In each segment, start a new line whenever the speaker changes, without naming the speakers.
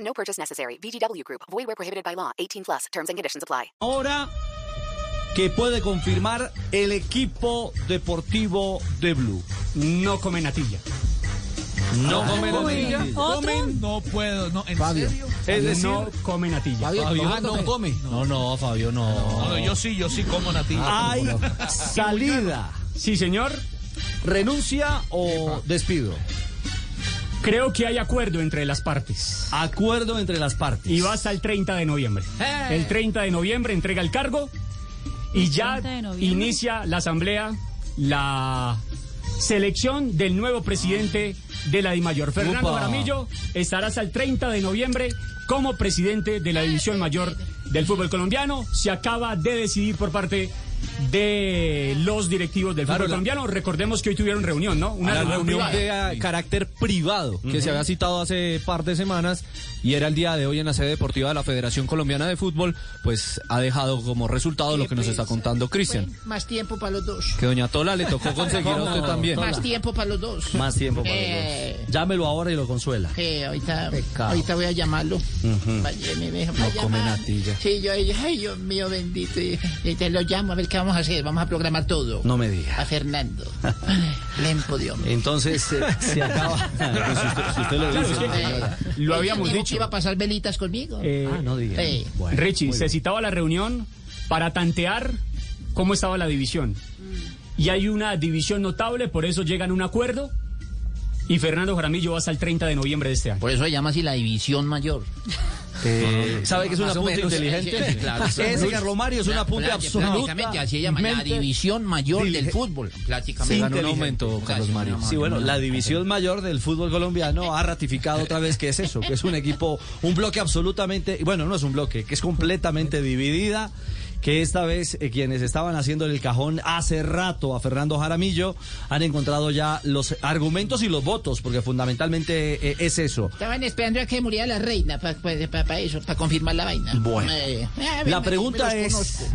No purchase necessary. VGW Group. Void where prohibited by law. 18 plus. Terms and conditions apply.
Ahora que puede confirmar el equipo deportivo de Blue.
No come natilla.
No comen natilla.
¿Comen? No puedo, no, en serio.
Es decir,
No come natilla.
Fabio ah, no come. No, no, Fabio no.
No, yo sí, yo sí como natilla.
Ah, Hay salida.
Sí, señor.
¿Renuncia o despido?
Creo que hay acuerdo entre las partes.
Acuerdo entre las partes.
Y va hasta el 30 de noviembre.
Eh.
El 30 de noviembre entrega el cargo y ya
30 de noviembre.
inicia la asamblea, la selección del nuevo presidente de la DIMAYOR. Fernando
Upa.
Jaramillo estará hasta el 30 de noviembre como presidente de la división mayor del fútbol colombiano. Se acaba de decidir por parte de los directivos del
Claro,
fútbol
la-
colombiano. Recordemos que hoy tuvieron reunión, ¿no? Una
una reunión
privada.
de ah, carácter privado que se había citado hace par de semanas y era el día de hoy en la sede deportiva de la Federación Colombiana de Fútbol, pues ha dejado como resultado lo que nos está contando Cristian,
Bueno, más tiempo para los dos.
que doña Tola le tocó conseguir a usted también.
Más tiempo para los dos.
Más tiempo para
Eh,
los dos. Llámelo ahora y lo consuela.
eh, ahorita,
Pecado.
ahorita voy a llamarlo. Vaya, mi viejo, voy a
come
llamar.
natilla.
Sí, yo, yo- ay, Dios mío, bendito. Y- y te lo llamo, a ver qué vamos a hacer. Vamos a programar todo.
No me diga.
A Fernando. Lempo, Dios mío.
Entonces eh, se acaba. Pues si usted, si usted lo dice, señora.
Lo
Eh, Él
habíamos
dijo que
dicho.
iba a pasar velitas conmigo.
Eh,
Ah, no diga.
Eh,
Bueno,
Richie,
muy
se
bien.
citaba la reunión para tantear cómo estaba la división. Y hay una división notable, por eso llegan a un acuerdo. Y Fernando Jaramillo va hasta el 30 de noviembre de este año.
Por eso se llama así la división mayor.
Eh, ¿Sabe que es un
Más o
apunte
menos.
inteligente?
eh,
Sí, sí, claro.
Ese Carlos Mario es un
Pla-
apunte
pla-
absoluto.
Prácticamente así se llama la división mayor del fútbol.
Se
Prácticamente.
ganó un aumento, Carlos Mario. Sí, bueno, la división mayor del fútbol colombiano ha ratificado otra vez que es eso, que es un equipo, un bloque absolutamente, bueno, no es un bloque, que es completamente dividida, que esta vez eh, quienes estaban haciendo el cajón hace rato a Fernando Jaramillo han encontrado ya los argumentos y los votos, porque fundamentalmente eh, es eso.
Estaban esperando a que muriera la reina para eso, para confirmar la vaina.
Bueno.
Eh, ah,
La
me-
pregunta
me los
es,
conozco.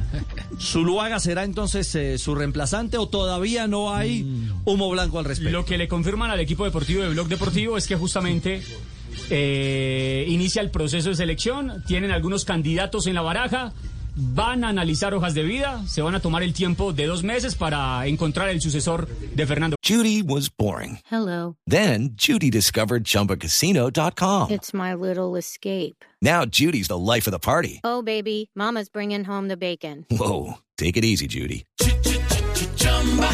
¿Zuluaga será entonces eh, su reemplazante o todavía no hay humo blanco al respecto?
Lo que le confirman al equipo deportivo de Blog Deportivo es que justamente eh, inicia el proceso de selección, tienen algunos candidatos en la baraja, van a analizar hojas de vida, se van a tomar el tiempo de dos meses para encontrar el sucesor de Fernando.
Judy was boring.
Hello,
Then Judy discovered ChumbaCasino.com.
it's my little escape.
Now Judy's the life of the party.
Oh, baby, Mama's bringing home the bacon.
Whoa, take it easy, Judy.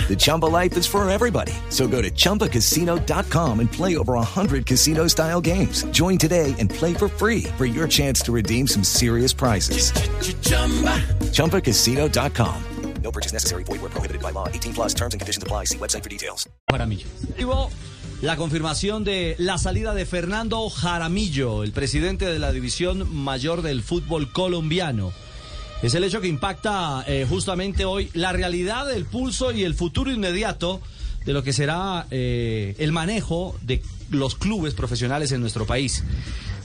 The Chumba life is for everybody. So go to ChumbaCasino.com and play over 100 casino style games. Join today and play for free for your chance to redeem some serious prizes. ChumbaCasino.com. No purchase necessary. Void where prohibited by law. 18 plus terms and conditions apply. See website for details.
Jaramillo.
Deportivo, La confirmación de la salida de Fernando Jaramillo, el presidente de la división mayor del fútbol colombiano. Es el hecho que impacta eh, justamente hoy la realidad, el pulso y el futuro inmediato de lo que será eh, el manejo de los clubes profesionales en nuestro país.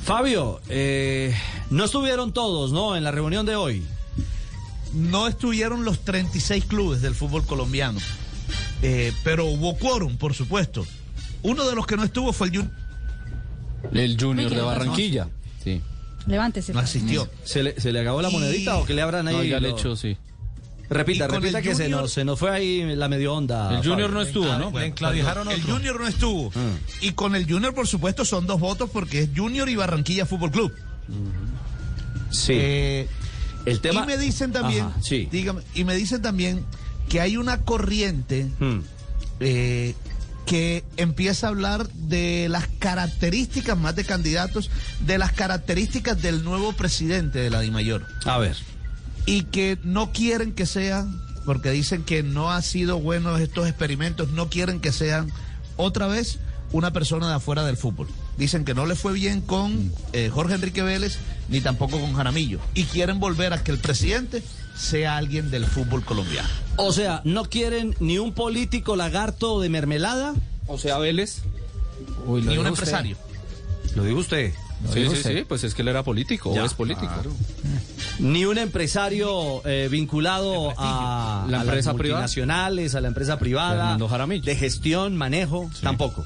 Fabio, eh, no estuvieron todos, ¿no? En la reunión de hoy.
No estuvieron los 36 clubes del fútbol colombiano, Eh, pero hubo quórum, por supuesto. Uno de los que no estuvo fue el Junior,
El Junior de Barranquilla. Sí.
que
Ah,
no asistió.
¿Se le, se le acabó la
Y-
monedita o que le habrán ahí? lo-
sí.
Repita,
Y con
repita
el
que se,
Junior-
nos, se nos fue ahí la medio onda.
El Junior no estuvo, ¿no?
Ah, Bueno, el Junior no estuvo.
Ah,
Y con el Junior, por supuesto, son dos votos porque es Junior y Barranquilla Fútbol Club.
Sí.
Eh,
el tema.
Y me dicen también,
Ajá, sí.
dígame, y me dicen también que hay una corriente
Hmm.
eh, que empieza a hablar de las características más de candidatos, de las características del nuevo presidente de la DIMAYOR
A ver.
y que no quieren que sean, porque dicen que no han sido buenos estos experimentos, no quieren que sean otra vez una persona de afuera del fútbol. Dicen que no le fue bien con eh, Jorge Enrique Vélez ni tampoco con Jaramillo. Y quieren volver a que el presidente sea alguien del fútbol colombiano.
O sea, no quieren ni un político lagarto de mermelada.
O sea, Vélez.
ni un empresario.
Lo dijo usted.
Sí, sí, sí, pues es que él era político,
Ya,
o es político.
Ni un empresario eh, vinculado a,
La
a
empresa
las
privada.
multinacionales, a la empresa privada,
Fernando Jaramillo.
de gestión, manejo, tampoco.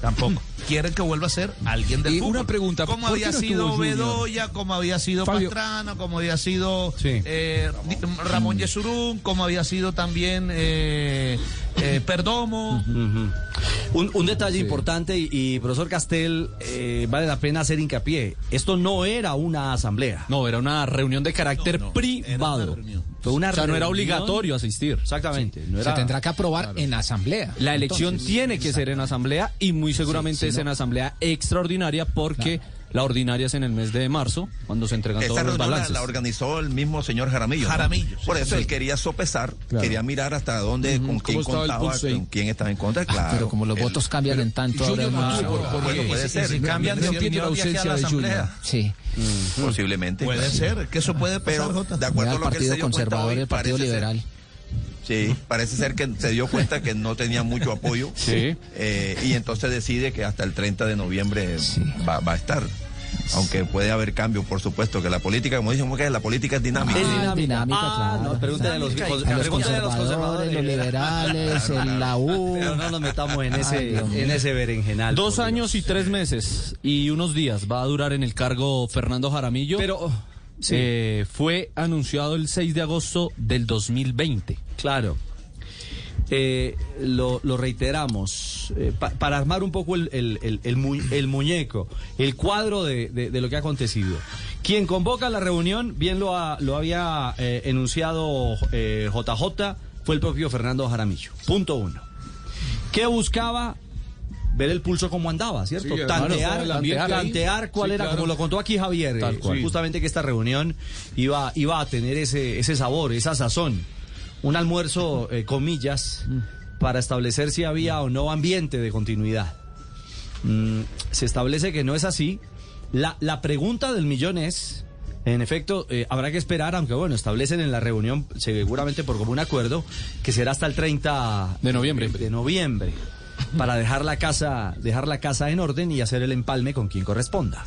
Tampoco. Quieren que vuelva a ser alguien del
Y
fútbol.
una pregunta,
Como
¿por qué
había
no
sido
estuvo Junior?
Bedoya, como había sido
Fabio.
Pastrana, como había sido
Sí.
eh, di- Ramón Yesurún, como había sido también eh, eh, Perdomo.
Un, un detalle importante y, y, profesor Castel, eh, vale la pena hacer hincapié. Esto no era una asamblea.
No, era una reunión de carácter
No, no, era
privado.
una reunión.
Fue una
o sea, no era
reunión-
obligatorio asistir.
Exactamente. no
Se
era-
tendrá que aprobar en asamblea.
La elección
Entonces,
tiene que ser en asamblea y muy seguramente
Sí, sí,
es
no.
en asamblea extraordinaria porque la ordinaria es en el mes de marzo cuando se entregan
Esta
todos los
reunión la,
balances.
la organizó el mismo señor Jaramillo. ¿no?
Jaramillo, sí.
Por eso él quería sopesar, quería mirar hasta dónde, con quién contaba, con quién estaba en
Ah,
contra. Claro.
Pero como los
Él-
votos cambian en tanto ahora no sé.
Bueno, puede ser. Cambian de opinión de aquí a la asamblea.
Sí.
Posiblemente.
Puede ser, que eso puede pasar,
Pero
Jota.
de
Voy
acuerdo a
al
lo que él se
Partido
dio cuenta
Conservador y
hoy,
al Partido
parece ser-
Liberal.
Sí, parece ser que se dio cuenta que no tenía mucho apoyo.
Sí.
Eh, y entonces decide que hasta el 30 de noviembre
Sí.
va, va a estar. Aunque puede haber cambios, por supuesto, que la política, como dicen, que la política es dinámica.
Es
Ah,
dinámica.
dinámica,
Ah,
claro.
no, pregúntale a los,
A los
pregúntale a los
conservadores, los liberales, el- la U.
Pero no nos metamos en
Ay,
ese,
Dios mío.
en ese berenjenal.
Dos
por Dios.
años y tres meses y unos días va a durar en el cargo Fernando Jaramillo.
Pero, oh,
Eh, fue anunciado el 6 de agosto del 2020.
claro, eh, lo, lo reiteramos, eh, pa- para armar un poco el, el- el- el mu- el muñeco, el cuadro de, de- de lo que ha acontecido. Quien convoca la reunión, bien lo, ha- lo había eh, enunciado eh, JJ, fue el propio Fernando Jaramillo. Punto uno. ¿Qué buscaba? Ver el pulso como andaba, ¿cierto? tantear, tantear, tantear cuál era, como lo contó aquí Javier,
Tal
eh,
cual.
justamente que esta reunión iba, iba a tener ese, ese sabor, esa sazón. Un almuerzo, eh, comillas,
Mm.
para establecer si había o no ambiente de continuidad. Mm, se establece que no es así. La, la pregunta del millón es, en efecto, eh, habrá que esperar, aunque bueno, establecen en la reunión, seguramente por común acuerdo, que será hasta el 30
De noviembre.
de noviembre, para dejar la casa, dejar la casa en orden y hacer el empalme con quien corresponda.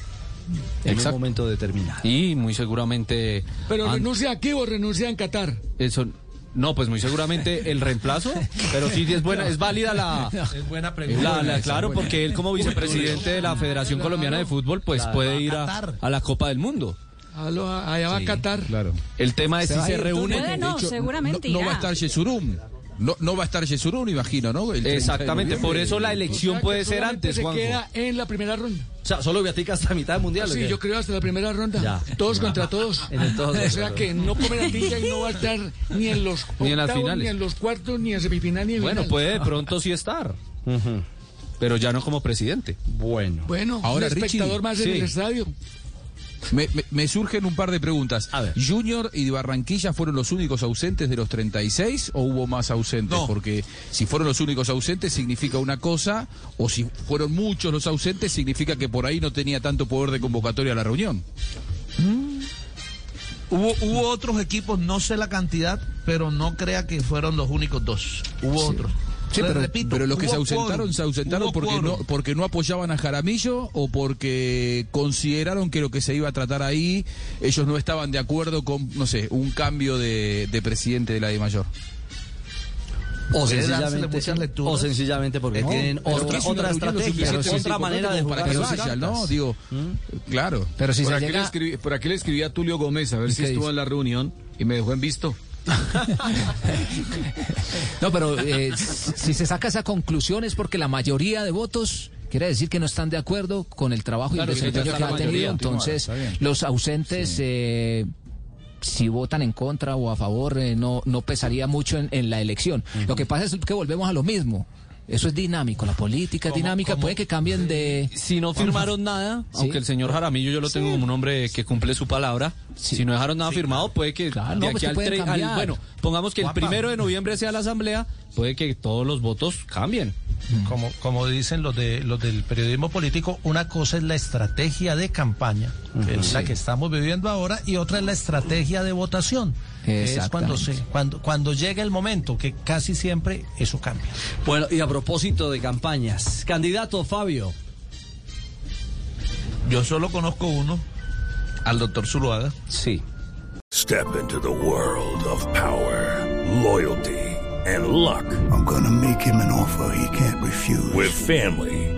En
Exacto.
un momento determinado.
Y muy seguramente.
Pero
Eh, an-
renuncia aquí o renuncia en Qatar.
eso- no, pues muy seguramente el reemplazo, pero sí es buena, es válida la,
Es buena
la- la- claro, porque él como vicepresidente de la Federación Colombiana de Fútbol, pues puede ir a,
Qatar.
a la Copa del Mundo.
Aló, allá va a Qatar.
El tema es si se reúnen.
no, seguramente no, va a estar Yesurum. No, no va a estar Yesurum, imagino, ¿no? El 30 de
Exactamente,
noviembre.
por eso la elección
O sea,
puede
que
ser
solamente
antes,
Se
Juanjo.
queda en la primera ronda.
O sea, solo Beatica hasta mitad del mundial. ¿o
Sí,
qué?
yo creo hasta la primera ronda.
Ya.
Todos contra todos.
En el todos
o
contra
sea
todos.
que no come la tilla y no va a estar ni en los
Ni en las
octavos,
finales.
ni en los cuartos, ni en semifinal, ni en
Bueno,
final.
puede de pronto sí estar, pero ya no como presidente.
Bueno.
Bueno, Ahora, un espectador Richie, más
sí.
en el estadio. Me, me- me surgen un par de preguntas.
A ver.
¿Junior y Barranquilla fueron los únicos ausentes de los 36 o hubo más ausentes? Porque si fueron los únicos ausentes significa una cosa, o si fueron muchos los ausentes significa que por ahí no tenía tanto poder de convocatoria a la reunión.
Hubo, hubo otros equipos, no sé la cantidad, pero no crea que fueron los únicos dos. Hubo otros.
Sí,
Re-
pero,
repito,
pero los que
hubo
se ausentaron,
quórum,
se ausentaron
hubo
porque no,
quórum.
porque no apoyaban a Jaramillo o porque consideraron que lo que se iba a tratar ahí, ellos no estaban de acuerdo con, no sé, un cambio de, de presidente de la DIMAYOR. Mayor.
O
Puede dársele
sencillamente,
muchas lecturas.
o sencillamente
Eh,
porque
No,
tienen
pero
otra,
es una
otra
reunión lo
estrategia,
suficientemente
otra
importante
manera de
como
jugar
para que
las
vaya,
cartas.
¿no? Digo, claro.
Pero si se llega...
¿Mm? por aquí le escribí a Tulio Gómez a ver
si estuvo en
la reunión y me dejó en visto.
No, pero eh, si se saca esa conclusión es porque la mayoría de votos quiere decir que no están de acuerdo con el trabajo y
Claro,
el
sí,
desempeño
ya
que
está
ha
la
tenido.
mayoría,
Entonces,
Timar, está bien.
los ausentes, eh, si votan en contra o a favor, eh, no, no pesaría mucho en, en la elección. Lo que pasa es que volvemos a lo mismo. Eso es dinámico, la política es dinámica, puede que cambien de...
Si no firmaron nada, aunque el señor Jaramillo yo lo tengo como un hombre que cumple su palabra, si no dejaron nada firmado, puede que
no,
de
pues
aquí
que
al,
pueden
tre- al-
cambiar.
Bueno, pongamos que el
Juanpa.
primero de noviembre sea la asamblea, puede que todos los votos cambien.
Como, como dicen los, de, los del periodismo político, una cosa es la estrategia de campaña, que es la que estamos viviendo ahora, y otra es la estrategia de votación. que Es cuando, se, cuando, cuando llega el momento, que casi siempre eso cambia.
Bueno, y a propósito de campañas, candidato Fabio.
Yo solo conozco uno, al doctor Zuluaga.
Sí.
Step into the world of power, loyalty, and luck.
I'm gonna make him an offer he can't refuse.
With family,